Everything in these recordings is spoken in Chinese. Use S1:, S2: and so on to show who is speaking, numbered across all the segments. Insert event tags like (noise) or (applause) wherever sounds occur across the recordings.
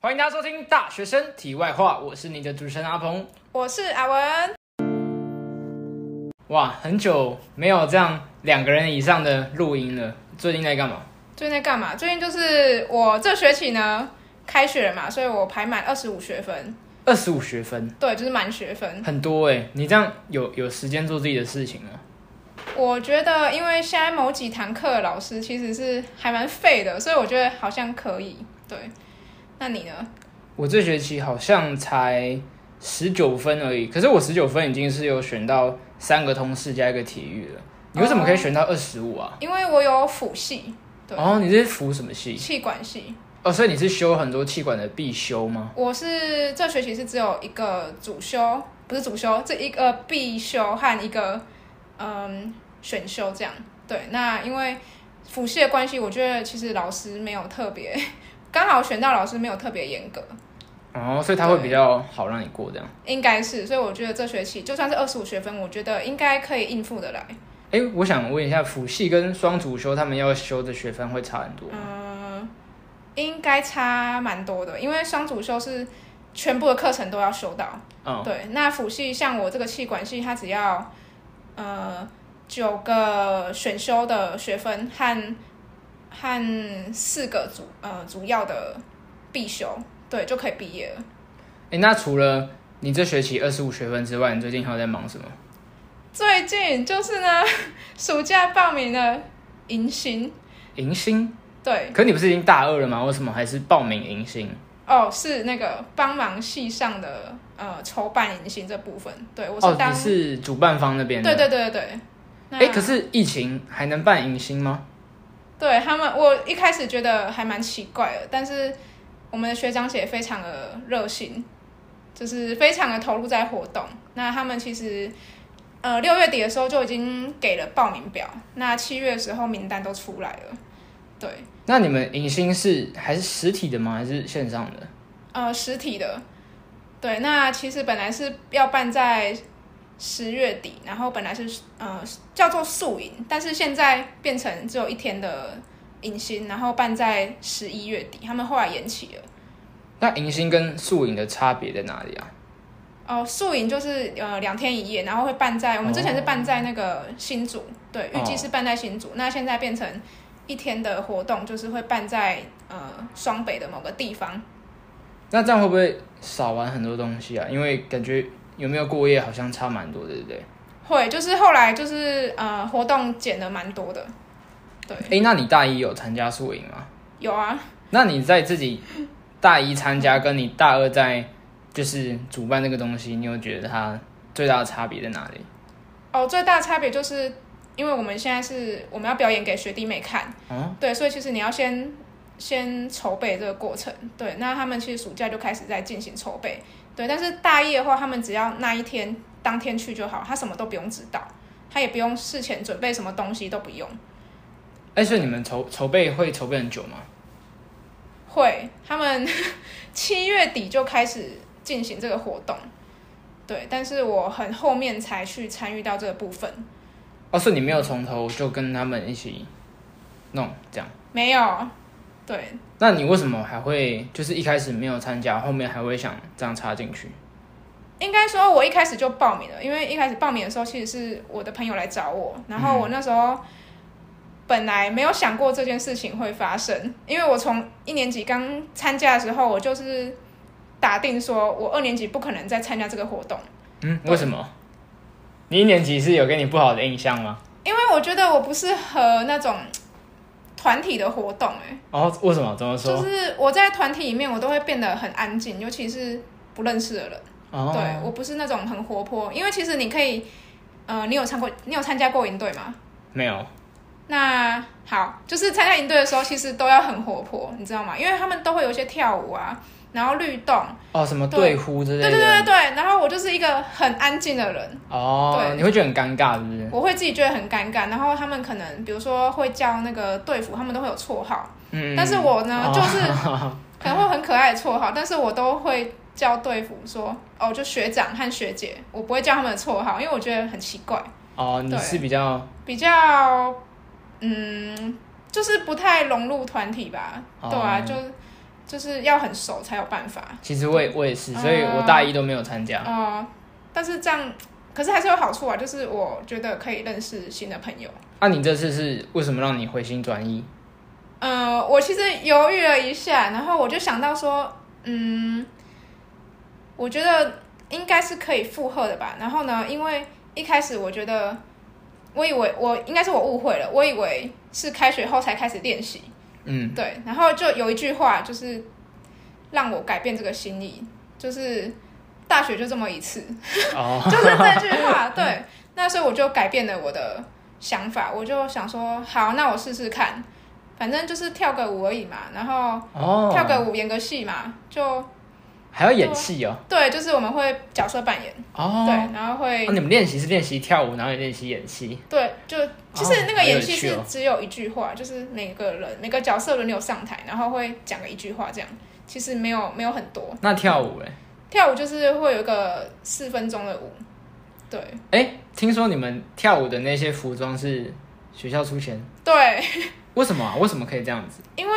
S1: 欢迎大家收听《大学生题外话》，我是你的主持人阿鹏。
S2: 我是阿文，
S1: 哇，很久没有这样两个人以上的录音了，最近在干嘛？
S2: 最近在干嘛？最近就是我这学期呢开学了嘛，所以我排满二十五学分，
S1: 二十五学分，
S2: 对，就是满学分。
S1: 很多哎、你这样有有时间做自己的事情吗？
S2: 我觉得因为现在某几堂课的老师其实是还蛮废的，所以我觉得好像可以。对，那你呢？
S1: 我这学期好像才十九分而已，可是我十九分已经是有选到三个通识加一个体育了。你为什么可以选到二十五啊？
S2: 因为我有辅系，对
S1: 哦，你是辅什么系？
S2: 气管系，
S1: 哦，所以你是修很多气管的必修吗？
S2: 我是这学期是只有一个主修，不是主修，这一个必修和一个嗯选修这样。对，那因为辅系的关系，我觉得其实老师没有特别，刚好选到老师没有特别严格，
S1: 哦，所以它会比较好让你过这样。
S2: 应该是，所以我觉得这学期就算是二十五学分，我觉得应该可以应付的来。
S1: 哎、我想问一下，辅系跟双主修他们要修的学分会差很多吗？
S2: 嗯，应该差蛮多的，因为双主修是全部的课程都要修到。
S1: 嗯，
S2: 对，那辅系像我这个气管系，它只要呃九个选修的学分和和四个主呃主要的必修，对，就可以毕业了。
S1: 哎、那除了你这学期二十五学分之外，你最近还有在忙什么？
S2: 最近就是呢， (laughs) 暑假报名了迎新，
S1: 迎新？
S2: 对，
S1: 可你不是已经大二了吗？为什么还是报名迎新？
S2: 哦，是那个帮忙系上的呃筹办迎新这部分，对我
S1: 哦
S2: 是，当、
S1: 你是主办方那边的。
S2: 对对对对对。那
S1: 哎、可是疫情还能办迎新吗？
S2: 对他们，我一开始觉得还蛮奇怪的，但是我们的学长姐非常的热心，就是非常的投入在活动。那他们其实，呃，六月底的时候就已经给了报名表，那七月的时候名单都出来了。对，
S1: 那你们迎新是还是实体的吗？还是线上的？
S2: 呃，实体的，对，那其实本来是要办在十月底，然后本来是呃叫做宿营，但是现在变成只有一天的迎新，然后办在十一月底，他们后来延期了。
S1: 那迎新跟宿营的差别在哪里啊？
S2: 哦，宿营就是呃两天一夜，然后会办在我们之前是办在那个新竹，对，预计是办在新竹，那现在变成一天的活动，就是会办在呃双北的某个地方。
S1: 那这样会不会少玩很多东西啊？因为感觉有没有过夜好像差蛮多的，对不对？
S2: 会，就是后来就是呃活动减了蛮多的，对，
S1: 哎、那你大一有参加宿营吗？
S2: 有啊，
S1: 那你在自己大一参加，跟你大二在就是主办这个东西，你有觉得它最大的差别在哪里？
S2: 哦，最大的差别就是因为我们现在是我们要表演给学弟妹看，
S1: 哦
S2: 对，所以其实你要先先筹备这个过程，对，那他们其实暑假就开始在进行筹备，对，但是大一的话，他们只要那一天当天去就好，他什么都不用知道，他也不用事前准备什么东西都不用，
S1: 哎、所以你们筹筹备会筹备很久吗？
S2: 会，他们 (laughs) 七月底就开始进行这个活动，对，但是我很后面才去参与到这个部分，
S1: 哦，所以你没有从头就跟他们一起弄这样？
S2: 没有，对，
S1: 那你为什么还会就是一开始没有参加，后面还会想这样插进去？
S2: 应该说，我一开始就报名了，因为一开始报名的时候，其实是我的朋友来找我，然后我那时候本来没有想过这件事情会发生，因为我从一年级刚参加的时候，我就是打定说我二年级不可能再参加这个活动，
S1: 嗯，为什么？你一年级是有给你不好的印象吗？
S2: 因为我觉得我不适合那种团体的活动、欸，
S1: 哦，为什么？怎么说？
S2: 就是我在团体里面，我都会变得很安静，尤其是不认识的人。
S1: 哦，
S2: 对我不是那种很活泼，因为其实你可以，呃，你有参过，你有参加过营队吗？
S1: 没有。
S2: 那好，就是参加营队的时候，其实都要很活泼，你知道吗？因为他们都会有一些跳舞啊，然后律动，
S1: 哦，什么
S2: 对
S1: 对呼之类
S2: 对
S1: 的？
S2: 对对对对。然后我就是一个很安静的人，
S1: 哦，
S2: 对
S1: 你会觉得很尴尬，是不是？
S2: 我会自己觉得很尴尬。然后他们可能比如说会叫那个队服，他们都会有绰号，
S1: 嗯。
S2: 但是我呢，
S1: 哦
S2: 就是
S1: (laughs)
S2: 可能会有很可爱的绰号，但是我都会叫队服说哦，就学长和学姐，我不会叫他们的绰号，因为我觉得很奇怪。
S1: 哦，你
S2: 对
S1: 是比较
S2: 比较，嗯，就是不太融入团体吧，
S1: 哦
S2: 对啊，就就是要很熟才有办法。
S1: 其实我也我也是，所以我大一都没有参加。
S2: 哦、但是这样，可是还是有好处啊，就是我觉得可以认识新的朋友。
S1: 那、啊你这次是为什么让你回心转意？
S2: 嗯，我其实犹豫了一下，然后我就想到说，嗯，我觉得应该是可以负荷的吧。然后呢，因为一开始我觉得，我以为我应该是我误会了，我以为是开学后才开始练习， (laughs)
S1: 嗯，
S2: 对。然后就有一句话就是让我改变这个心意，就是大学就这么
S1: (laughs)
S2: 一次，
S1: 哦，
S2: 就是这句话，对。那所以我就改变了我的想法，我就想说，好，那我试试看，反正就是跳个舞而已嘛，然后
S1: 哦，
S2: 跳个舞演个戏嘛，就
S1: 还要演戏哦，
S2: 对，就是我们会角色扮演，
S1: 哦，
S2: 对，然后会
S1: 哦你们练习是练习跳舞，然后也练习演戏，
S2: 对，就其实那个
S1: 好有
S2: 演戏
S1: 趣
S2: 是
S1: 哦
S2: 只有一句话，就是每个人每个角色轮流上台，然后会讲个一句话这样，其实没有没有很多，
S1: 那跳舞哎
S2: 跳舞就是会有一个四分钟的舞，对
S1: 哎，听说你们跳舞的那些服装是学校出钱，
S2: 对。
S1: 为什么啊？为什么可以这样子？
S2: 因为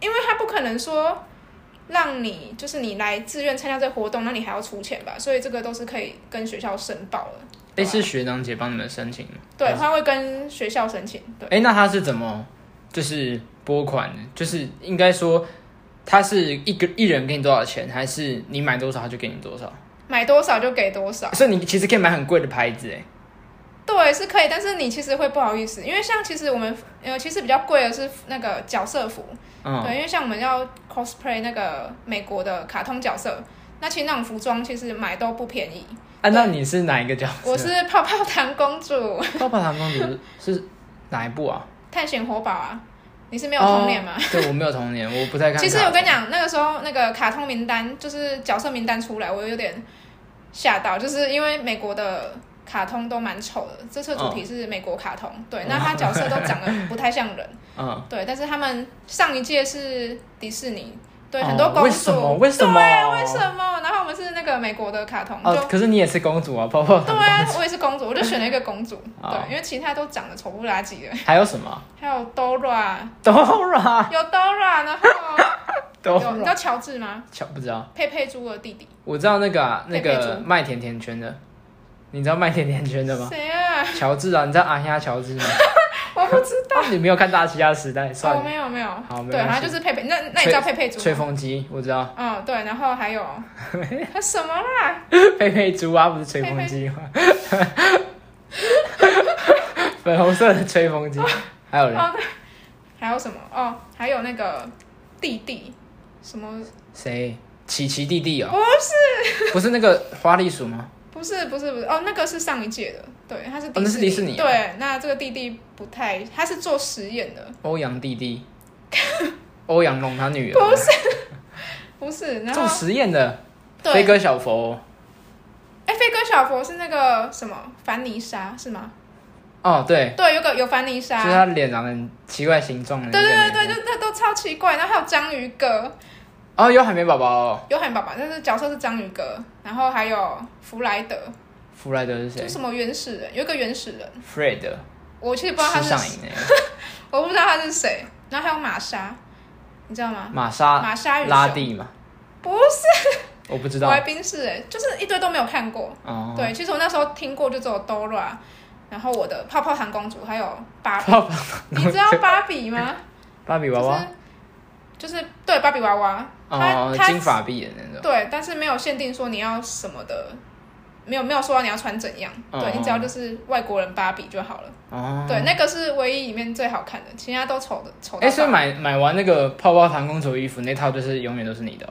S2: 因为他不可能说让你就是你来自愿参加这个活动，那你还要出钱吧，所以这个都是可以跟学校申报的。
S1: 哎，
S2: 对
S1: 是学长姐帮你们申请吗？
S2: 对，他会跟学校申请。对，
S1: 哎，那他是怎么就是拨款的？就是应该说他是一个一人给你多少钱，还是你买多少他就给你多少？
S2: 买多少就给多少。
S1: 所以你其实可以买很贵的牌子哎。
S2: 对，是可以，但是你其实会不好意思，因为像其实我们呃，其实比较贵的是那个角色服，
S1: 嗯，
S2: 对，因为像我们要 cosplay 那个美国的卡通角色，那其实那种服装其实买都不便宜。
S1: 啊，那你是哪一个角色？(laughs)
S2: 我是泡泡糖公主，
S1: 《泡泡糖公主》是哪一部啊？
S2: 探险活宝啊，你是没有童年吗？
S1: 对我没有童年，我不哦太看卡通。
S2: 其实我跟你讲，那个时候那个卡通名单就是角色名单出来，我有点吓到，就是因为美国的卡通都蛮丑的，这次主
S1: 哦
S2: 题是美国卡通，对，那他角色都
S1: (laughs)
S2: 长得不太像人，
S1: 嗯，
S2: 对，但是他们上一届是迪士尼，对，
S1: 哦
S2: 很多公主，啊
S1: 为什么？为什么？
S2: 为什么？然后我们是那个美国的卡通，
S1: 哦，
S2: 就
S1: 可是你也是公主啊，泡泡
S2: 对
S1: 糖。
S2: 啊，我也是公主，我就选了一个公主，
S1: (laughs) 哦
S2: 对，因为其他都长得丑不拉几的，
S1: 还有什么
S2: 还有 Dora，
S1: (laughs) ？Dora，Dora，
S2: 有 Dora，然后有你知道乔治吗？
S1: 巧不知道，
S2: 佩佩猪的弟弟。
S1: 我知道那个啊那
S2: 佩佩
S1: 个
S2: 猪
S1: 卖甜甜圈的，你知道卖甜甜圈的吗？
S2: 谁啊？
S1: 乔治啊，你知道阿亚乔治吗？
S2: 我不知
S1: 道，啊你没有看《大西亚时代》
S2: 道，
S1: 算
S2: 我
S1: 了。
S2: 没有没有。
S1: 好没
S2: 对，
S1: 关
S2: 然后
S1: 系
S2: 就是佩佩，那那你知道佩佩猪
S1: 吹
S2: 吗？
S1: 风机，我知道， (laughs)
S2: 嗯，对，然后还有还什么啦？
S1: 佩佩猪啊，不是吹风机 (laughs) 吗？粉红色的吹风机，还有人
S2: 哦，对，还有什么？哦，还有那个弟弟，什么？
S1: 谁？琪琪弟弟哦，不是，不是那个花栗鼠吗？
S2: 不是不是不是，哦，那个是上一届的，对，他是
S1: 哦那是迪士尼啊
S2: 对，那这个弟弟不太，他是做实验的，
S1: 欧阳弟
S2: (laughs)
S1: 弟，欧阳龙他女儿，
S2: 不是不是，然
S1: 做
S2: 后
S1: 实验的飞
S2: 对，
S1: 哥小佛
S2: 哎，飞哥小佛是那个什么凡妮莎是吗？
S1: 哦，对，
S2: 对，有个有凡妮
S1: 就
S2: 莎，
S1: 是他脸长得很奇怪形状的，
S2: 对对对对，，就那都超奇怪，然后还有章鱼哥，
S1: 哦，有海绵宝宝哦，
S2: 有海绵宝宝，但是角色是章鱼哥，然后还有弗莱德，
S1: 弗莱德是
S2: 就
S1: 谁
S2: 是什么原始人，有一个原始人，
S1: ？Fred，
S2: 我其实不知道他
S1: 吃上
S2: 是，
S1: 瘾那个，
S2: 我不知道他是谁，然后还有玛莎，你知道吗？
S1: 玛莎
S2: 玛莎与熊
S1: 啊拉蒂嘛，
S2: 不是
S1: 我不知
S2: 怀
S1: 道，
S2: 宾士，哎，就是一堆都没有看过。
S1: 哦，
S2: 对，其实我那时候听过就只有 Dora，然后我的泡泡糖公主，还有
S1: (laughs)
S2: 芭比，
S1: 爸爸
S2: 你知道芭比吗？
S1: 芭比
S2: 就
S1: 娃娃
S2: 是，就是对芭比娃娃，
S1: 哦
S2: 他，他
S1: 金发碧眼那种，
S2: 对，但是没有限定说你要什么的，没有没有说你要穿怎样，
S1: 嗯
S2: 对
S1: 嗯
S2: 你只要就是外国人芭比就好了。
S1: 哦，
S2: 对，那个是唯一里面最好看的，其他都丑的丑到爆。
S1: 哎，所以买买完那个泡泡糖公主衣服那套，就是永远都是你的哦。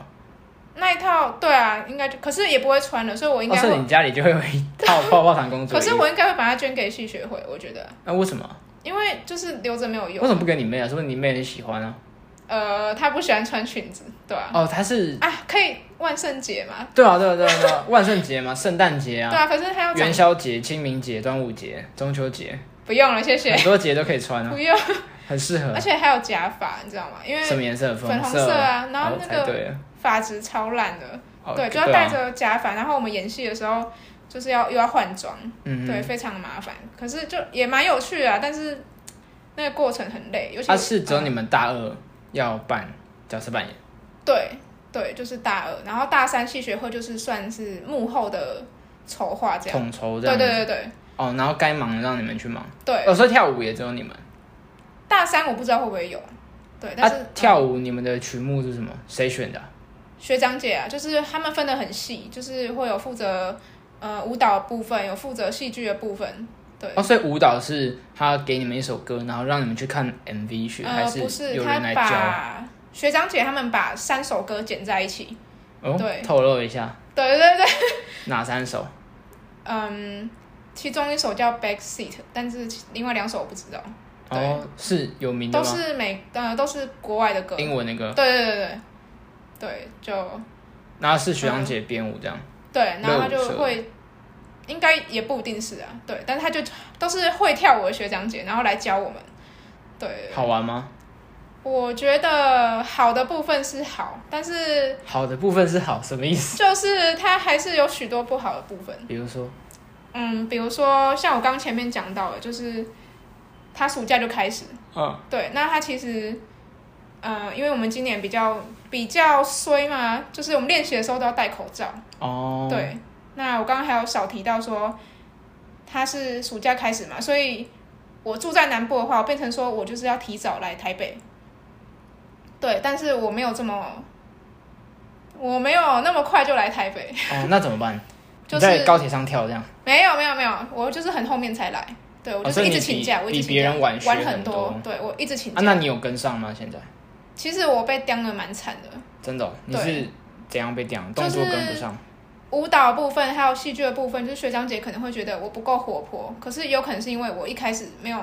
S2: 那一套，对啊，应该就可是也不会穿了，所以我应
S1: 哦，
S2: 该
S1: 所
S2: 会，
S1: 以你家里就会有一套泡泡糖公主衣。
S2: (laughs) 可是我应该会把它捐给系学会，我觉得，
S1: (laughs) 那、为什么？
S2: 因为就是留着没有
S1: 为什么
S2: 用。
S1: 不给你妹啊？是不是你妹很喜欢啊？
S2: 呃，他不喜欢穿裙子，对啊，
S1: 哦，她是
S2: 啊，可以万圣节嘛，
S1: 对啊，对啊，对啊，对啊，万圣
S2: (laughs)
S1: 节嘛，圣诞节
S2: 对
S1: 啊，
S2: 啊，可是他要长
S1: 元宵节、清明节、端午节、中秋节，
S2: 不用了，谢谢，
S1: 很多节都可以穿
S2: (laughs)
S1: 啊
S2: 不，用，
S1: 很适合
S2: 而。且还有假发，你知道吗？因
S1: 什么
S2: 为
S1: 颜色？
S2: 粉红
S1: 色
S2: 色啊然后
S1: 哦
S2: 那
S1: 才
S2: 个
S1: 对啊
S2: 发质超烂的。
S1: 哦
S2: 对，就要戴
S1: 啊
S2: 着假发，然后我们演戏的时候就是要又要换装，
S1: 嗯
S2: 对，非常麻烦。可是就也蛮有趣的、啊，但是那个过程很累，尤其
S1: 啊啊，是只有
S2: 嗯
S1: 你们大二要办角色扮演
S2: 对对，就是大二，然后大三系学会就是算是幕后的筹划这样。
S1: 统筹这
S2: 对
S1: 样子。呃
S2: 对对对
S1: 哦，然后该忙的让你们去忙。
S2: 对，
S1: 有时候跳舞也只有你们。
S2: 大三我不知道会不会有，对，但
S1: 啊
S2: 是、，呃
S1: 跳舞你们的曲目是什么？谁选的啊、
S2: 学长姐啊，就是他们分得很细，就是会有负责呃舞蹈部分，有负责戏剧的部分，对。
S1: 哦，所以舞蹈是他给你们一首歌，然后让你们去看 MV 学，还
S2: 呃，不是，
S1: 有
S2: 他
S1: 人来教？
S2: 把学长姐他们把三首歌剪在一起，
S1: 哦
S2: 对，
S1: 透露一下
S2: 对对对，
S1: 哪三首？
S2: 嗯，其中一首叫 Back Seat，但是其另外两首我不知道，对
S1: 哦，是有名的
S2: 都
S1: 吗？
S2: 是美呃都是国外的歌，对
S1: 英文的歌，
S2: 对对对对，就
S1: 然后是学长姐编舞这样。
S2: 对，然后他
S1: 没有舞
S2: 就
S1: 社
S2: 会。应该也不一定是啊，对，但是他就都是会跳舞的学长姐，然后来教我们。对，
S1: 好玩吗？
S2: 我觉得好的部分是好，但是
S1: 好的部分是好，什么意思？
S2: 就是它还是有许多不好的部分。
S1: 比如说，
S2: 嗯，比如说像我刚前面讲到的，就是他暑假就开始，
S1: 嗯，
S2: 对，那他其实，呃，因为我们今年比较比较衰嘛，就是我们练习的时候都要戴口罩，
S1: 哦，，
S2: 对。那我刚刚还有少提到说，他是暑假开始嘛，所以我住在南部的话，我变成说我就是要提早来台北，对，但是我没有这么，我没有那么快就来台北，
S1: 哦，那怎么办？
S2: (laughs) 就
S1: 你
S2: 是
S1: 在高铁上跳这样，
S2: 没有没有没有，我就是很后面才来，对我
S1: 哦
S2: 就是
S1: 所以
S2: 一
S1: 你
S2: 直请
S1: 比
S2: 假，我一直
S1: 比
S2: 请
S1: 别
S2: 假
S1: 人晚学
S2: 玩
S1: 很多
S2: 多，对我一直请
S1: 啊，
S2: 假。
S1: 那你有跟上吗？现在
S2: 其实我被刁的蛮惨的，
S1: 真的哦，你
S2: 对
S1: 是怎样被这样
S2: 就
S1: 动作
S2: 是
S1: 跟不上？
S2: 舞蹈部分还有戏剧的部分，就是学长姐可能会觉得我不够活泼，可是也有可能是因为我一开始没有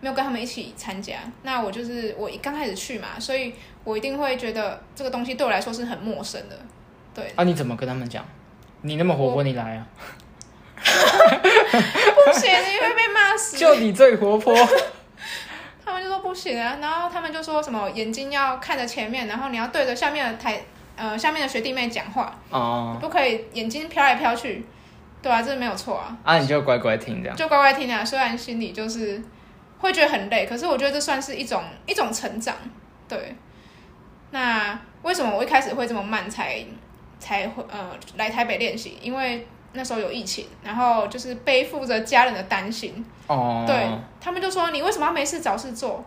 S2: 没有跟他们一起参加，那我就是我一刚开始去嘛，所以我一定会觉得这个东西对我来说是很陌生的，对， (laughs)
S1: 啊，你怎么跟他们讲？你那么活泼，你来啊！ (laughs)
S2: 不行，你会被骂死。
S1: 就你最活
S2: (laughs)
S1: 泼，
S2: 他们就说不行啊，然后他们就说什么眼睛要看着前面，然后你要对着下面的台呃下面的学弟妹讲话，
S1: 哦，
S2: 不可以眼睛飘来飘去，对啊，这没有错啊，
S1: 啊，你就乖乖听这样。
S2: 就乖乖听啊。虽然心里就是会觉得很累，可是我觉得这算是一种一种成长，对。那为什么我一开始会这么慢才才会呃来台北练习？因为那时候有疫情，然后就是背负着家人的担心，
S1: 哦，
S2: 对他们就说你为什么要没事找事做？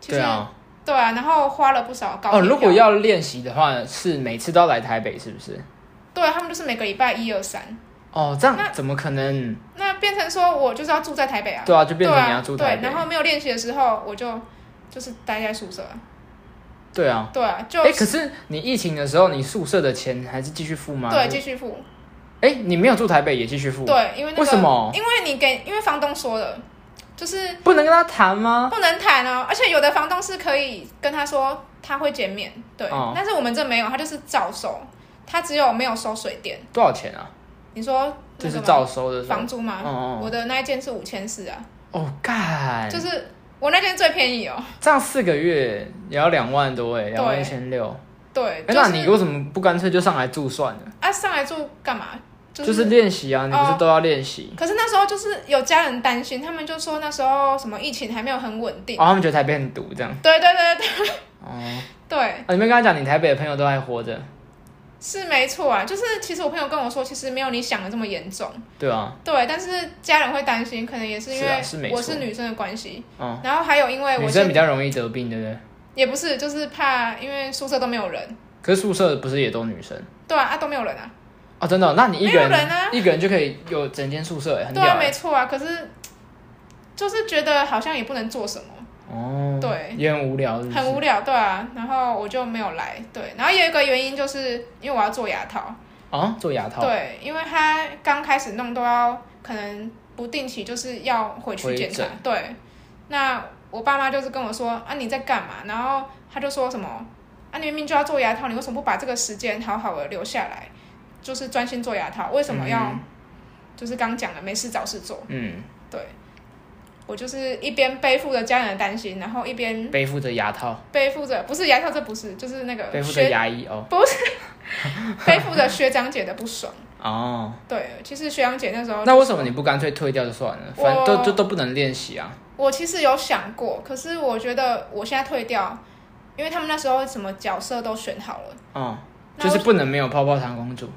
S2: 其实
S1: 对啊，
S2: 对啊，然后花了不少高
S1: 哦，
S2: 铁票
S1: 如果要练习的话，是每次都要来台北，是不是？
S2: 对他们就是每个礼拜一二三，
S1: 哦，这
S2: 那
S1: 样怎么可能？
S2: 那变成说我就是要住在台北啊，
S1: 对啊，就变成你要
S2: 啊，
S1: 住台
S2: 对，
S1: 北
S2: 然。后没有练习的时候，我就就是待在宿舍啊，
S1: 对啊，
S2: 对啊，就
S1: 哎，可是你疫情的时候，你宿舍的钱还是继续付吗？
S2: 对继续付，
S1: 哎，你没有住台北也继续付，
S2: 对，因为那个
S1: 哦为什么
S2: 因为你给因为房东说了，就是
S1: 不能跟他谈吗？
S2: 不能谈哦，而且有的房东是可以跟他说他会减免，对，
S1: 哦
S2: 但是我们这没有，他就是照收，他只有没有收水电，
S1: 多少钱啊？
S2: 你说
S1: 就
S2: 那
S1: 是
S2: 个
S1: 照
S2: 吗
S1: 收的时候
S2: 房。租吗？
S1: 哦
S2: 我的那一间是五千四啊，
S1: 哦，干，
S2: 就是我那间最便宜哦。
S1: 这样四个月也要两万多哎，两万一千六。
S2: 对，
S1: 哎，
S2: 就是、
S1: 那你为什么不干脆就上来住算了？
S2: 啊上来住干嘛？就哦
S1: 就是是练习啊，你不是都要练习？
S2: 可是那时候就是有家人担心，他们就说那时候什么疫情还没有很稳定。
S1: 哦，他们觉得台北很毒这样。
S2: 对对对对
S1: 哦，
S2: (laughs) 对，
S1: 啊，你没跟他讲，你台北的朋友都还活着，
S2: 是没错啊。就是其实我朋友跟我说，其实没有你想的这么严重。
S1: 对啊，
S2: 对，但是家人会担心，可能也是因
S1: 是啊
S2: 为
S1: 是没错
S2: 我是女生的关系，
S1: 嗯，
S2: 然后还有因为
S1: 女
S2: 哎我
S1: 生
S2: 现
S1: 比较容易得病，对不对？
S2: 也不是，就是怕因为宿舍都没有人，
S1: 可是宿舍不是也都女生
S2: 对啊，啊都没有人啊，
S1: 哦，真的哦、那你一
S2: 没
S1: 个
S2: 有
S1: 人
S2: 人啊，
S1: 一个人就可以有整间宿舍，哎，很
S2: 对
S1: 屌
S2: 啊，
S1: 哎、
S2: 没错啊。可是就是觉得好像也不能做什么。
S1: 哦，
S2: 对
S1: 也很无聊是不是，
S2: 很无聊，对啊，然后我就没有来，对，然后也有一个原因就是因为我要做牙套，
S1: 啊，做牙套，
S2: 对，因为他刚开始弄都要可能不定期就是要回去检查
S1: 回诊，
S2: 对，那我爸妈就是跟我说啊你在干嘛，然后他就说什么啊你明明就要做牙套，你为什么不把这个时间好好的留下来，就是专心做牙套，为什么要、
S1: 嗯
S2: 就是刚讲的没事找事做，
S1: 嗯，
S2: 对。我就是一边背负着家人的担心，然后一边
S1: 背负着牙套，
S2: 背负着不是牙套，这不是，就是那个
S1: 背负着
S2: 学
S1: 牙医哦，
S2: 背负着学长姐的不爽。
S1: 哦，
S2: 对，其实学长姐那时候，
S1: 那为什么你不干脆退掉就算了？反正
S2: 我
S1: 都就都不能练习啊，
S2: 我其实有想过，可是我觉得我现在退掉，因为他们那时候什么角色都选好了，
S1: 嗯，
S2: 那
S1: 就
S2: 我
S1: 是不能没有泡泡糖公主，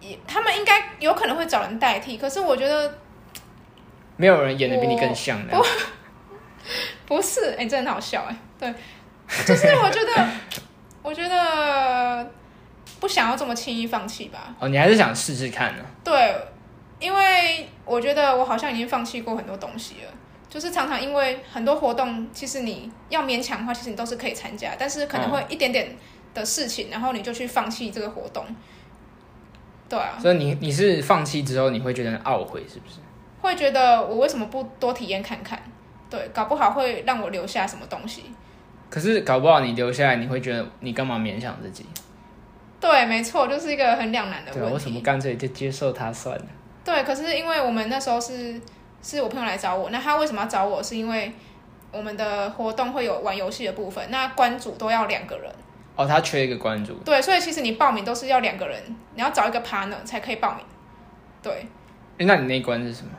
S2: 也他们应该有可能会找人代替，可是我觉得
S1: 没有人演的比你更像的。
S2: 不是，哎、真的很好笑哎、对，就是我觉得，我觉得不想要这么轻易放弃吧，
S1: 哦，你还是想试试看啊呢、
S2: 对，因为我觉得我好像已经放弃过很多东西了。就是常常因为很多活动，其实你要勉强的话，其实你都是可以参加，但是可能会一点点的事情，然后你就去放弃这个活动。对啊，
S1: 所以你你是放弃之后，你会觉得很懊悔，是不是？
S2: 会觉得我为什么不多体验看看？对，搞不好会让我留下什么东西。
S1: 可是搞不好你留下来，你会觉得你干嘛勉强自己？
S2: 对，没错，就是一个很两难的
S1: 对啊，
S2: 呃问
S1: 为什么
S2: 题。
S1: 干脆就接受它算了？
S2: 对，可是因为我们那时候是是我朋友来找我，那他为什么要找我？是因为我们的活动会有玩游戏的部分，那关主都要两个人。
S1: 哦，他缺一个关注，
S2: 对，所以其实你报名都是要两个人，你要找一个 partner 才可以报名。对，
S1: 诶那你那一关是什么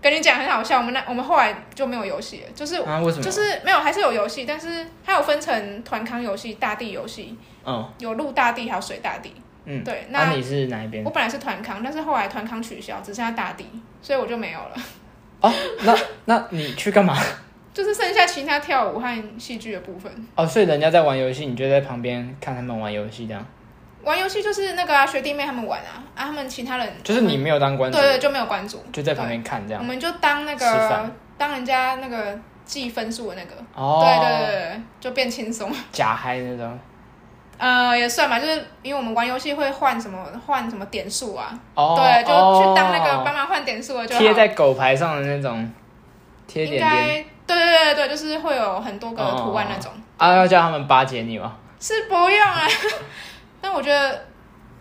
S2: 跟你讲很好笑，我们那我们后来就没有游戏了，就是
S1: 啊？为什么？
S2: 就是没有，还是有游戏，但是它有分成团康游戏、大地游戏，
S1: 嗯
S2: 有陆大地还有水大地。
S1: 嗯，
S2: 对，那、
S1: 那、你是哪一边
S2: 我？本来是团康，但是后来团康取消，只剩下大地，所以我就没有了，
S1: 哦，那那你去干嘛？ (laughs)
S2: 就是剩下其他跳舞和戏剧的部分。
S1: 哦，所以人家在玩游戏，你就在旁边看他们玩游戏，这样
S2: 玩游戏就是那个啊，学弟妹他们玩啊，啊，他们其他人
S1: 就是你
S2: 嗯
S1: 没有当
S2: 对
S1: 关注，
S2: 对就没有关注，
S1: 就在旁边看这
S2: 我
S1: 样。
S2: 们就当那
S1: 吃
S2: 个
S1: 饭
S2: 当人家那个记分数的那个，
S1: 哦，
S2: 嗯对对对对，就变轻松。 (laughs)
S1: 假嗨那种。
S2: 呃，也算吧，就是因为我们玩游戏会换什么换什么点数啊，
S1: 哦，
S2: 对，就去当那个
S1: 哦
S2: 帮忙换点数的就好。
S1: 贴在狗牌上的那种贴
S2: 应
S1: 点哦点
S2: 该对对对对，就是会有很多个图案那种，
S1: 啊，要叫他们巴结你吗？
S2: 是不用啊。 (laughs) 但我觉得，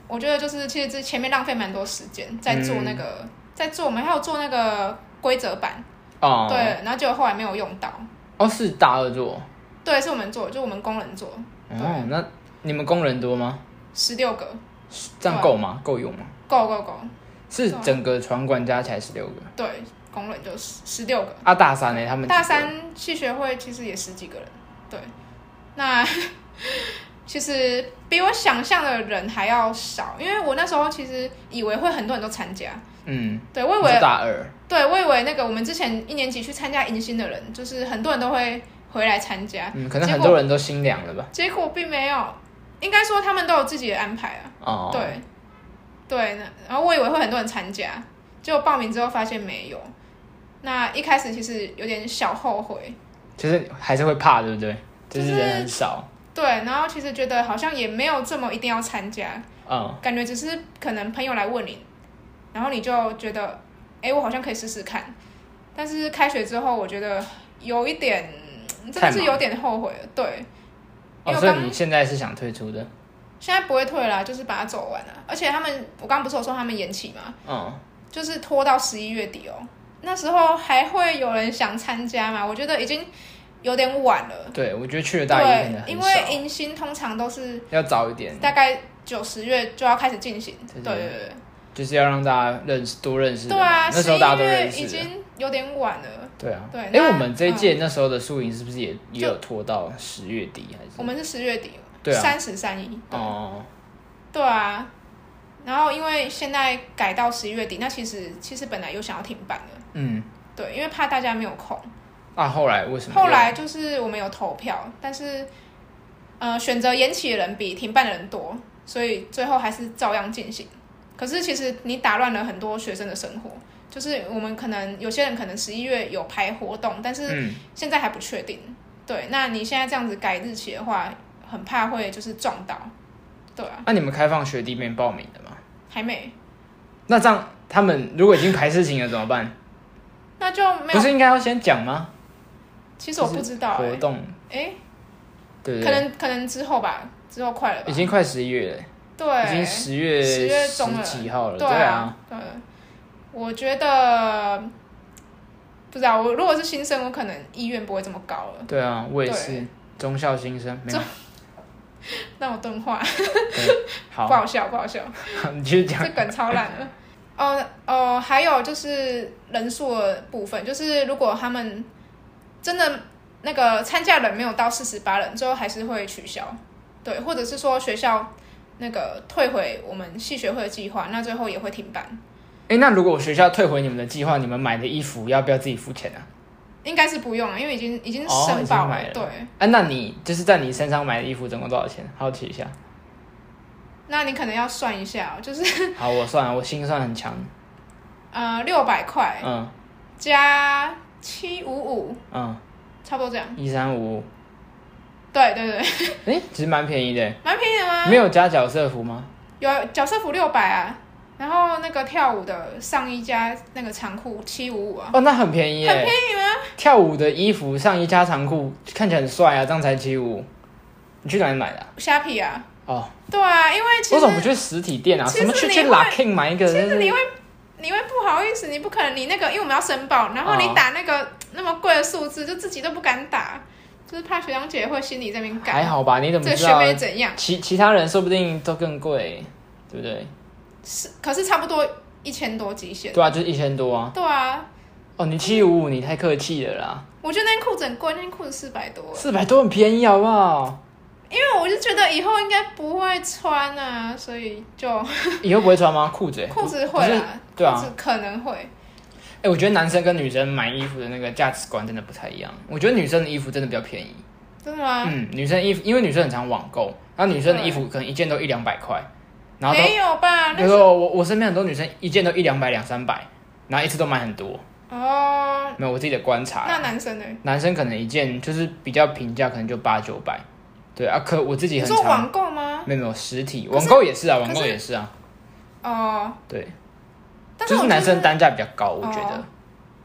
S2: 我觉得就是其实这前面浪费蛮多时间在做那个，在做我们还有做那个规则版，
S1: 哦，
S2: 对，，然后结果后来没有用到，
S1: 哦是大二做，
S2: 对，是我们做，就我们工人做
S1: 哦，那你们工人多吗？
S2: 十六个，
S1: 这样够吗？够用吗？
S2: 够够够，
S1: 是
S2: 对啊
S1: 整个船馆加起来十六个。
S2: 对，工人就十十六个。
S1: 啊，大三呢？他们几
S2: 大
S1: 个
S2: 三系学会其实也十几个人，对，那 (laughs) 其实比我想象的人还要少，因为我那时候其实以为会很多人都参加，
S1: 嗯，
S2: 对我以
S1: 是
S2: 为，
S1: 大二
S2: 对我以为那个我们之前一年级去参加迎新的人，就是很多人都会回来参加，
S1: 嗯，可能
S2: 结
S1: 很
S2: 果
S1: 多人都心凉了吧？
S2: 结果并没有，应该说他们都有自己的安排啊，
S1: 哦，
S2: 对，对，那然后我以为会很多人参加，结果报名之后发现没有，那一开始其实有点小后悔。
S1: 就是还是会怕，对不对？就
S2: 就是是
S1: 人很少，
S2: 对，然后其实觉得好像也没有这么一定要参加，
S1: 嗯，
S2: 感觉只是可能朋友来问你，然后你就觉得，哎，我好像可以试试看。但是开学之后，我觉得有一点，真
S1: 太
S2: 的
S1: 忙
S2: 是有点后悔了。对，
S1: 哦，
S2: 因为我
S1: 所以
S2: 刚
S1: 你现在是想退出的，
S2: 现在不会退啦，就是把它走完了。而且他们，我刚刚不是有说他们延期嘛，
S1: 嗯，
S2: 就是拖到十一月底哦。那时候还会有人想参加嘛？我觉得已经有点晚了。
S1: 对，我觉得去了大一可能
S2: 呃对，
S1: 很
S2: 因
S1: 少
S2: 为迎新通常都是
S1: 要早一点，
S2: 大概九十月就要开始进行。
S1: 对
S2: 对
S1: 对
S2: 对
S1: 对
S2: 对
S1: 就是要让大家认识多认识人
S2: 对，对
S1: 嘛
S2: 啊，
S1: 那时
S2: 十
S1: 候
S2: 一
S1: 大家都
S2: 月
S1: 认
S2: 已
S1: 识了，
S2: 经有点晚了。
S1: 对啊，
S2: 对
S1: 哎，
S2: 那嗯
S1: 我们这一届那时候的宿营是不是也也有拖到十月底还
S2: 我
S1: 是？
S2: 们是十月底，
S1: 对啊
S2: 三十三一，对
S1: 哦，
S2: 对啊。然后因为现在改到十一月底，那其实其实本来有想要停办的，
S1: 嗯，
S2: 对，因为怕大家没有空。
S1: 那后来为什么？
S2: 后来就是我们有投票，但是呃选择延期的人比停办的人多，所以最后还是照样进行。可是其实你打乱了很多学生的生活，就是我们可能有些人可能十一月有排活动，但是
S1: 嗯，
S2: 现在还不确定。对，那你现在这样子改日期的话，很怕会就是撞到。对啊，
S1: 那你们开放学弟妹报名的吗？
S2: 还没，
S1: 那这样他们如果已经排事情了怎么办？
S2: 那就没
S1: 不
S2: 有。
S1: 是应该要先讲吗？
S2: 其实我不知道、
S1: 活
S2: 欸，
S1: 动
S2: 哎、
S1: 对不
S2: 可
S1: 对？
S2: 能可能之后吧，之后快了吧
S1: 已。经快十一月了，
S2: 对，
S1: 已经十月
S2: 10月中了
S1: 几号了，
S2: 对
S1: 啊，，
S2: 对，我觉得不知道，我如果是新生，我可能意愿不会这么高了，
S1: 对啊，我也是
S2: 对
S1: 中校新生，没有
S2: 让我钝化，不
S1: 好，
S2: 好笑，不好笑，
S1: (laughs) 你继续 (laughs) 讲
S2: 这，梗超烂了。 (laughs) 哦哦，还有就是人数的部分，就是如果他们真的那个参加人没有到四十八人，最后还是会取消，对，或者是说学校那个退回我们系学会的计划，那最后也会停办，
S1: 哎、那如果我学校退回你们的计划，你们买的衣服要不要自己付钱啊？
S2: 应该是不用了，因为已经已经
S1: 哦
S2: 申报
S1: 已经买了
S2: 对，
S1: 啊，那你就是在你身上买的衣服总共多少钱？好奇一
S2: (laughs)
S1: 下。
S2: 那你可能要算一下哦，就是
S1: 好，我算了，我心算很强。
S2: 呃六百块
S1: 嗯
S2: 加七五五，
S1: 嗯，
S2: 差不多这样，
S1: 一三五，
S2: 对对对， (laughs)
S1: 哎，其实蛮便宜的。
S2: 蛮便宜的吗？
S1: 没有加角色服吗？
S2: 有啊角色服六百啊，然后那个跳舞的上衣加那个长裤七五五啊，
S1: 哦，那很便宜耶。
S2: 很便宜吗？
S1: 跳舞的衣服、上衣加长裤，看起来很帅啊，这样才七五。你去哪里买的啊、
S2: 虾皮啊，
S1: 哦，
S2: 对啊，因为其
S1: 我
S2: 实
S1: 怎么不去实体店啊？
S2: 其
S1: 什
S2: 实
S1: 么去
S2: 你
S1: 去
S2: 会
S1: La King 买一个？
S2: 其
S1: 真
S2: 实
S1: 是
S2: 你会你会不好意思，你不可能你那个，因为我们要申报，然后你
S1: 哦
S2: 打那个、那么贵的数字，就自己都不敢打，就是怕学长姐会心里在那边
S1: 还
S2: 干，
S1: 好吧？你怎
S2: 这
S1: 么
S2: 个
S1: 知
S2: 学
S1: 道？
S2: 妹怎样？
S1: 其其他人说不定都更贵，对不对？
S2: 是，可是差不多一千多极限。
S1: 对啊，就是一千多啊。
S2: 对啊，
S1: 哦，你七五五，你太客气了啦，
S2: 我觉得那件裤子很贵，那件裤子四百多，
S1: 四百多很便宜，好不好？
S2: 因为我就觉得以后应该不会穿啊，所以就
S1: 以后不会穿吗？裤子欸？
S2: 裤子会
S1: 不是
S2: 啦，
S1: 对啊
S2: 裤子可能会。
S1: 哎、我觉得男生跟女生买衣服的那个价值观真的不太一样。我觉得女生的衣服真的比较便宜。
S2: 真的吗？
S1: 嗯，女生衣服，因为女生很常网购，然后女生的衣服可能一件都一两百块，然后都
S2: 没有吧？
S1: 有
S2: 啊那
S1: 时候我我身边很多女生一件都一两百两三百，然后一次都买很多，
S2: 哦，
S1: 没有我自己的观察
S2: 那
S1: 啦。
S2: 男生呢？
S1: 男生可能一件就是比较平价，可能就八九百，对啊。可我自己
S2: 你
S1: 很
S2: 说
S1: 常
S2: 网购吗？
S1: 没有没有实体
S2: 可
S1: 网
S2: 是
S1: 购也是啊，网
S2: 可
S1: 购
S2: 是
S1: 也是啊，
S2: 哦，
S1: 对，
S2: 但是
S1: 就
S2: 我
S1: 是
S2: 觉
S1: 男
S2: 得
S1: 生，单价比较高，我觉得
S2: 哦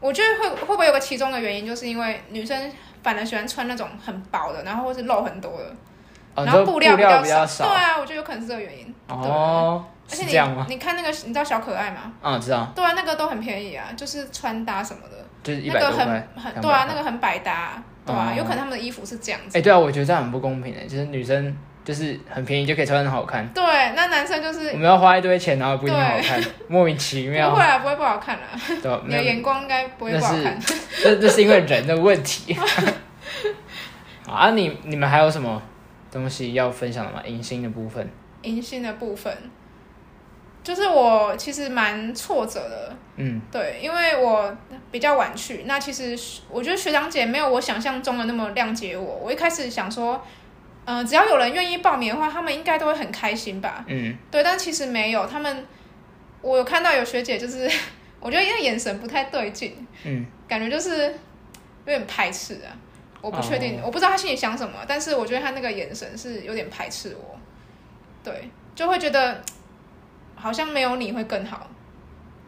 S2: 我觉得会会不会有个其中的原因，就是因为女生反而喜欢穿那种很薄的，然后或是肉很多的，
S1: 哦，你
S2: 然
S1: 说
S2: 后
S1: 布
S2: 料比
S1: 料比
S2: 较
S1: 少，
S2: 对啊，我觉得有可能是这个原因。
S1: 哦，
S2: 而
S1: 是
S2: 且
S1: 这样吗？
S2: 你你看那个，你知道小可爱吗？
S1: 嗯，知道，
S2: 对啊，那个都很便宜啊，就是穿搭什么的，
S1: 就是一
S2: 那
S1: 百
S2: 个
S1: 多
S2: 很
S1: 块，
S2: 很
S1: 200
S2: 对啊，
S1: 块
S2: 那个很百搭啊，对啊，
S1: 哦
S2: 有可能他们的衣服是这样
S1: 哎、
S2: 子。
S1: 对啊，我觉得这样很不公平的，就是女生就是很便宜就可以穿得很好看，
S2: 对，那男生就是
S1: 我们要花一堆钱，然后不一定好看，莫名其
S2: 不
S1: 妙
S2: 会，啊，不会不好看啊。
S1: 对吧？
S2: 你
S1: 没
S2: 的
S1: 有，
S2: 眼光应该不会
S1: 那
S2: 不好
S1: 是
S2: 看。
S1: 这这是因为人的问题。 (laughs) 好啊，你你们还有什么东西要分享的吗？迎新的部分，
S2: 银杏的部分，就是我其实蛮挫折的，
S1: 嗯，
S2: 对，因为我比较晚去。那其实我觉得学长姐没有我想象中的那么谅解我。我一开始想说，嗯、只要有人愿意报名的话，他们应该都会很开心吧？
S1: 嗯，
S2: 对，但其实没有，他们我有看到有学姐就是， (laughs) 我觉得因为眼神不太对劲，
S1: 嗯，
S2: 感觉就是有点排斥啊。我不确
S1: 哦
S2: 定我不知道她心里想什么，但是我觉得她那个眼神是有点排斥我，对，就会觉得好像没有你会更好。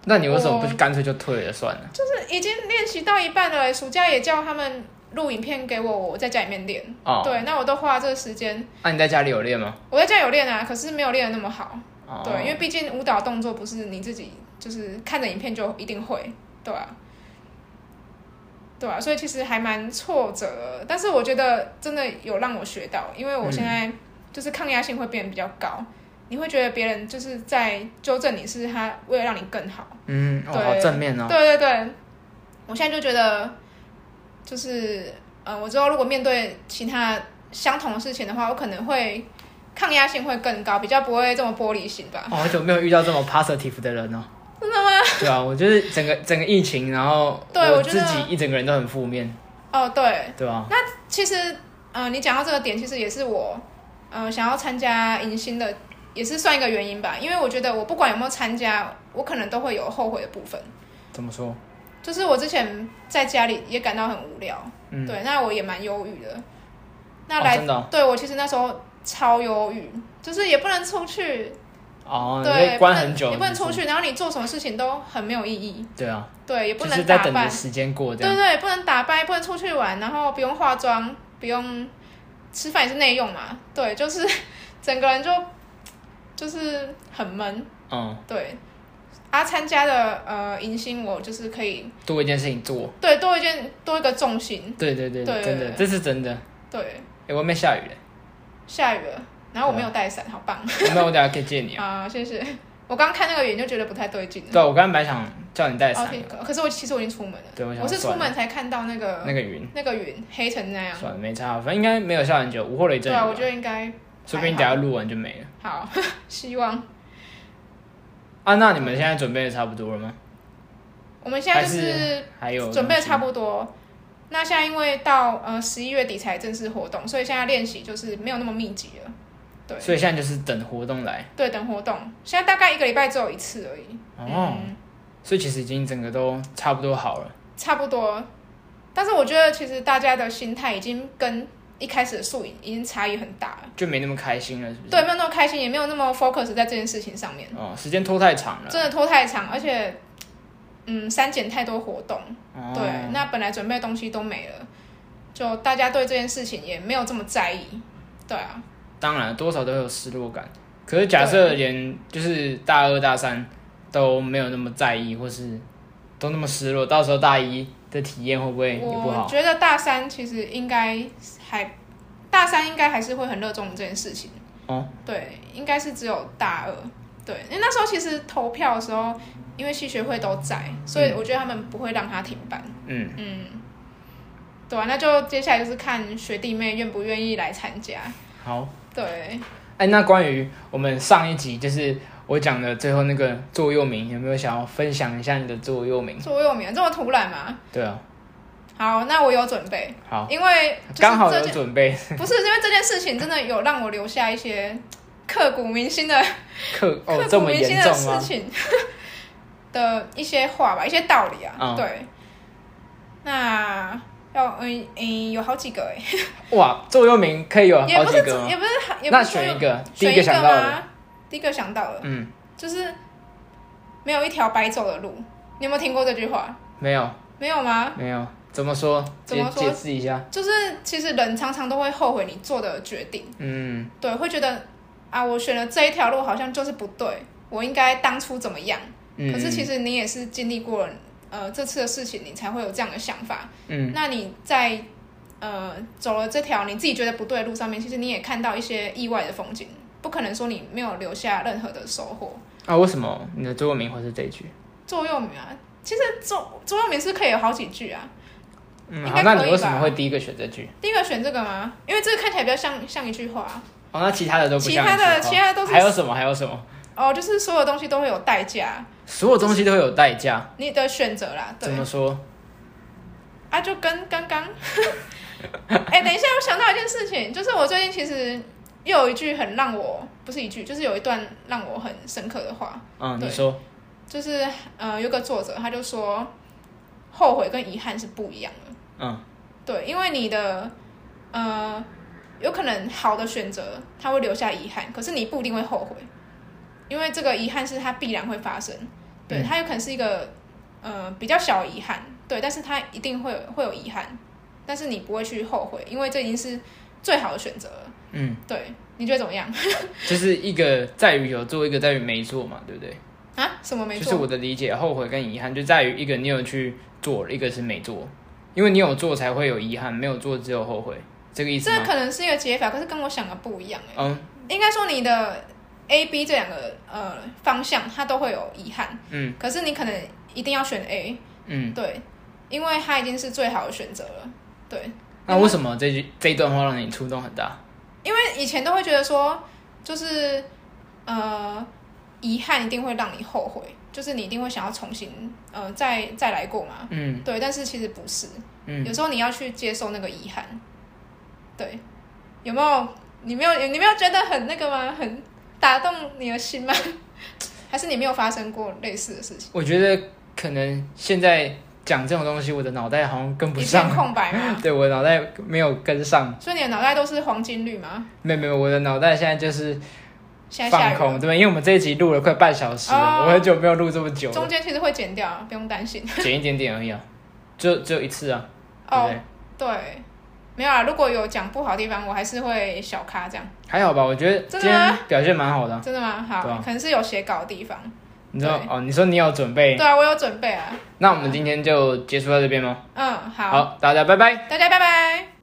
S1: 那你为什么
S2: 我
S1: 不干脆就退了算了？
S2: 就是已经练习到一半了，暑假也叫他们录影片给我，我在家里面练。
S1: 哦，
S2: 对，那我都花这个时间，
S1: 那、啊你在家里有练吗？
S2: 我在家有练啊，可是没有练的那么好。
S1: 哦，
S2: 对，因为毕竟舞蹈动作不是你自己就是看着影片就一定会，对啊，对啊，所以其实还蛮挫折的，但是我觉得真的有让我学到，因为我
S1: 嗯
S2: 现在就是抗压性会变得比较高，你会觉得别人就是在纠正你，是他为了让你更好，
S1: 嗯，哦，
S2: 对
S1: 好正面哦，
S2: 对对对，我现在就觉得就是呃，我之后如果面对其他相同的事情的话，我可能会抗压性会更高，比较不会这么玻璃心吧。
S1: 哦，好久没有遇到这么 positive 的人哦。
S2: (laughs) 真的吗？
S1: 对啊，我就是整个整个疫情，然后
S2: 对我觉
S1: 自
S2: 得
S1: 己一整个人都很负面，
S2: 哦，对，
S1: 对吧、
S2: 其实，呃，你讲到这个点，其实也是我，呃，想要参加迎新的，也是算一个原因吧。因为我觉得我不管有没有参加，我可能都会有后悔的部分。
S1: 怎么说？
S2: 就是我之前在家里也感到很无聊，
S1: 嗯
S2: 对，那我也蛮忧郁的。那
S1: 哦
S2: 来，
S1: 真的哦
S2: 对我其实那时候超忧郁，就是也不能出去，
S1: 哦，你
S2: 对，
S1: 会关很久，
S2: 你不能
S1: 是是
S2: 出去，然后你做什么事情都很没有意义，
S1: 对啊，
S2: 对，也不
S1: 就是
S2: 能
S1: 在
S2: 打
S1: 等
S2: 扮
S1: 着，时间过这
S2: 对
S1: 样。
S2: 对，不能打扮，不能出去玩，然后不用化妆，不用吃饭也是内用嘛。对，就是 (laughs) 整个人就就是很闷。
S1: 嗯，
S2: 对，啊，参加的呃迎新，我就是可以
S1: 多一件事情做。
S2: 对多一件多一个重心。
S1: 对对对，
S2: 对
S1: 真的，这是真的。
S2: 对，
S1: 哎，外面下
S2: (laughs)
S1: 雨了，
S2: 下雨了，然后我没有带伞，好棒
S1: 那我等下可以借你啊。
S2: 啊！谢谢。我刚看那个远就觉得不太对劲了。
S1: 对，我刚刚本来想叫你带三
S2: 哦
S1: 个，
S2: 天可可是我其实我已经出门了，
S1: 对我想
S2: 是出
S1: 算了
S2: 门才看到那个
S1: 那个云
S2: 那个云黑成那样。
S1: 算了没差，反正应该没有下很久，午后雷阵
S2: 对
S1: 雨
S2: 啊，
S1: 吧，
S2: 我觉得应该
S1: 说不定等一下录完就没了。
S2: 好， (laughs) 希望
S1: 啊，那你们现在准备的差不多了吗？
S2: 我们现在就
S1: 还
S2: 是
S1: 还有
S2: 准备的
S1: 东西
S2: 差不多。那现在因为到呃十一月底才正式活动，所以现在练习就是没有那么密集了。对
S1: 所以现在就是等活动来
S2: 对，等活动，现在大概一个礼拜只有一次而已，
S1: 哦，
S2: 嗯
S1: 所以其实已经整个都差不多好了。
S2: 差不多。但是我觉得其实大家的心态已经跟一开始的素影已经差异很大了，
S1: 就没那么开心了，是不是？
S2: 对，，没有那么开心，也没有那么 focus 在这件事情上面，
S1: 哦，时间拖太长了。
S2: 真的拖太长，而且嗯删减太多活动，
S1: 哦、
S2: 对，那本来准备的东西都没了，就大家对这件事情也没有这么在意，对啊，
S1: 当然多少都有失落感。可是假设连就是大二大三都没有那么在意，或是都那么失落，到时候大一的体验会不会也不
S2: 我
S1: 好？
S2: 觉得大三其实应该还，大三应该还是会很热衷这件事情。
S1: 哦，
S2: 对，应该是只有大二。对，因为那时候其实投票的时候，因为系学会都在，所以我觉得他们不会让他停办。
S1: 嗯，
S2: 对啊，那就接下来就是看学弟妹愿不愿意来参加。
S1: 好。
S2: 对，
S1: 哎，那关于我们上一集就是我讲的最后那个座右铭，有没有想要分享一下你的座右铭？
S2: 座右铭这么突然吗？
S1: 对啊，
S2: 好，那我有准备，
S1: 好，
S2: 因为就是
S1: 刚好
S2: 这
S1: 有
S2: 件
S1: 准备 (laughs)
S2: 不是因为这件事情真的有让我留下一些刻骨铭心的
S1: 课哦，
S2: 刻
S1: 这
S2: 骨
S1: 么
S2: 铭心
S1: 严
S2: 的
S1: 重
S2: 事
S1: 吗？
S2: 情的一些话吧，一些道理啊，
S1: 嗯
S2: 对。那要嗯嗯，有好几个哎、
S1: 哇，座右铭可以有
S2: 也
S1: 嗯好
S2: 不
S1: 几
S2: 是
S1: 个吗？
S2: 也不是也不
S1: 那
S2: 是
S1: 选一
S2: 个，
S1: 个，第
S2: 选
S1: 一个想到的，
S2: 吗？第一个想到了，
S1: 嗯，
S2: 就是没有一条白走的路。你有没有听过这句话？
S1: 没有
S2: 没有吗？
S1: 没有，怎么说？
S2: 怎
S1: 解
S2: 么说
S1: 解释一下，
S2: 就是其实人常常都会后悔你做的决定，
S1: 嗯，
S2: 对，会觉得啊，我选了这一条路好像就是不对，我应该当初怎么样？
S1: 嗯
S2: 可是其
S1: 实，
S2: 实你也是经历过呃这次的事情，你才会有这样的想法。
S1: 嗯，
S2: 那你在呃走了这条你自己觉得不对的路上面，其实你也看到一些意外的风景，不可能说你没有留下任何的收获。
S1: 啊，为什么你的座右铭会是这一句？
S2: 座右铭啊，其实座座右铭是可以有好几句啊。
S1: 嗯，
S2: 应
S1: 好，
S2: 该
S1: 那
S2: 可
S1: 你
S2: 以
S1: 为什
S2: 吧
S1: 么会第一个选这句？
S2: 第一个选这个吗？因为这个看起来比较像像一句话啊
S1: 哦，那其他的都不
S2: 其
S1: 像
S2: 他
S1: 你说
S2: 的
S1: 话
S2: 其他的都是
S1: 还有什么？还有什么？
S2: 哦，就是所有东西都会有代价，
S1: 所有东西都有代价，
S2: 你的选择啦，对
S1: 怎么说？
S2: 啊，就跟刚刚，哎、等一下，我想到一件事情，就是我最近其实又有一句很让我不是一句，就是有一段让我很深刻的话，
S1: 嗯，你
S2: 对
S1: 说，
S2: 就是呃，有个作者他就说，后悔跟遗憾是不一样的。
S1: 嗯，
S2: 对，因为你的呃，有可能好的选择，它会留下遗憾，可是你不一定会后悔，因为这个遗憾是它必然会发生。对，
S1: 嗯
S2: 它有可能是一个呃比较小的遗憾，对，但是它一定会有会有遗憾，但是你不会去后悔，因为这已经是最好的选择了。
S1: 嗯，
S2: 对，你觉得怎么样
S1: 就是一个在于有做，一个在于没做嘛，对不对？
S2: 啊？什么没
S1: 就是
S2: 做？
S1: 我的理解，后悔跟遗憾就在于一个你有去做，一个是没做，因为你有做才会有遗憾，没有做只有后悔，这个意思
S2: 这
S1: 吗？
S2: 可能是一个解法，可是跟我想的不一样、欸。
S1: 嗯
S2: 应该说你的 A、B 这两个呃方向，它都会有遗憾。
S1: 嗯，
S2: 可是你可能一定要选 A，
S1: 嗯，
S2: 对，因为它已经是最好的选择了。对，
S1: 那为什么这句这一段话让你触动很大？
S2: 因为以前都会觉得说，就是呃，遗憾一定会让你后悔，就是你一定会想要重新呃再再来过嘛。
S1: 嗯
S2: 对，但是其实不是，
S1: 嗯，
S2: 有时候你要去接受那个遗憾。对，有没有？你没有？你没有觉得很那个吗？很打动你的心吗？ (laughs) 还是你没有发生过类似的事情？
S1: 我觉得可能现在讲这种东西，我的脑袋好像跟不
S2: 一片
S1: 上，
S2: 空白吗？ (laughs)
S1: (laughs) 对我的脑袋没有跟上，
S2: 所以你的脑袋都是黄金绿吗？
S1: 没有没有，我的脑袋现在就是
S2: 现在下
S1: 放
S2: 雨了
S1: 空，对，因为我们这一集录了快半小时了，
S2: 哦
S1: 我很久没有录这么久
S2: 中
S1: 了，
S2: 间其实会剪掉，不用担心。
S1: 剪一点点而已啊，就只有一次啊，对不
S2: 哦
S1: 对？，
S2: 对，没有啊。如果有讲不好的地方，我还是会小咖这样。
S1: 还好吧，我觉得今
S2: 真的吗
S1: 天表现蛮好的啊。
S2: 真的吗？
S1: 对啊
S2: 好，可能是有写稿的地方。
S1: 你说
S2: 对
S1: 哦，你说你有准备
S2: 对，啊，我有准备啊。
S1: 那我们今天就结束到这边吗？
S2: 嗯，好，
S1: 好，大家拜拜。
S2: 大家拜拜。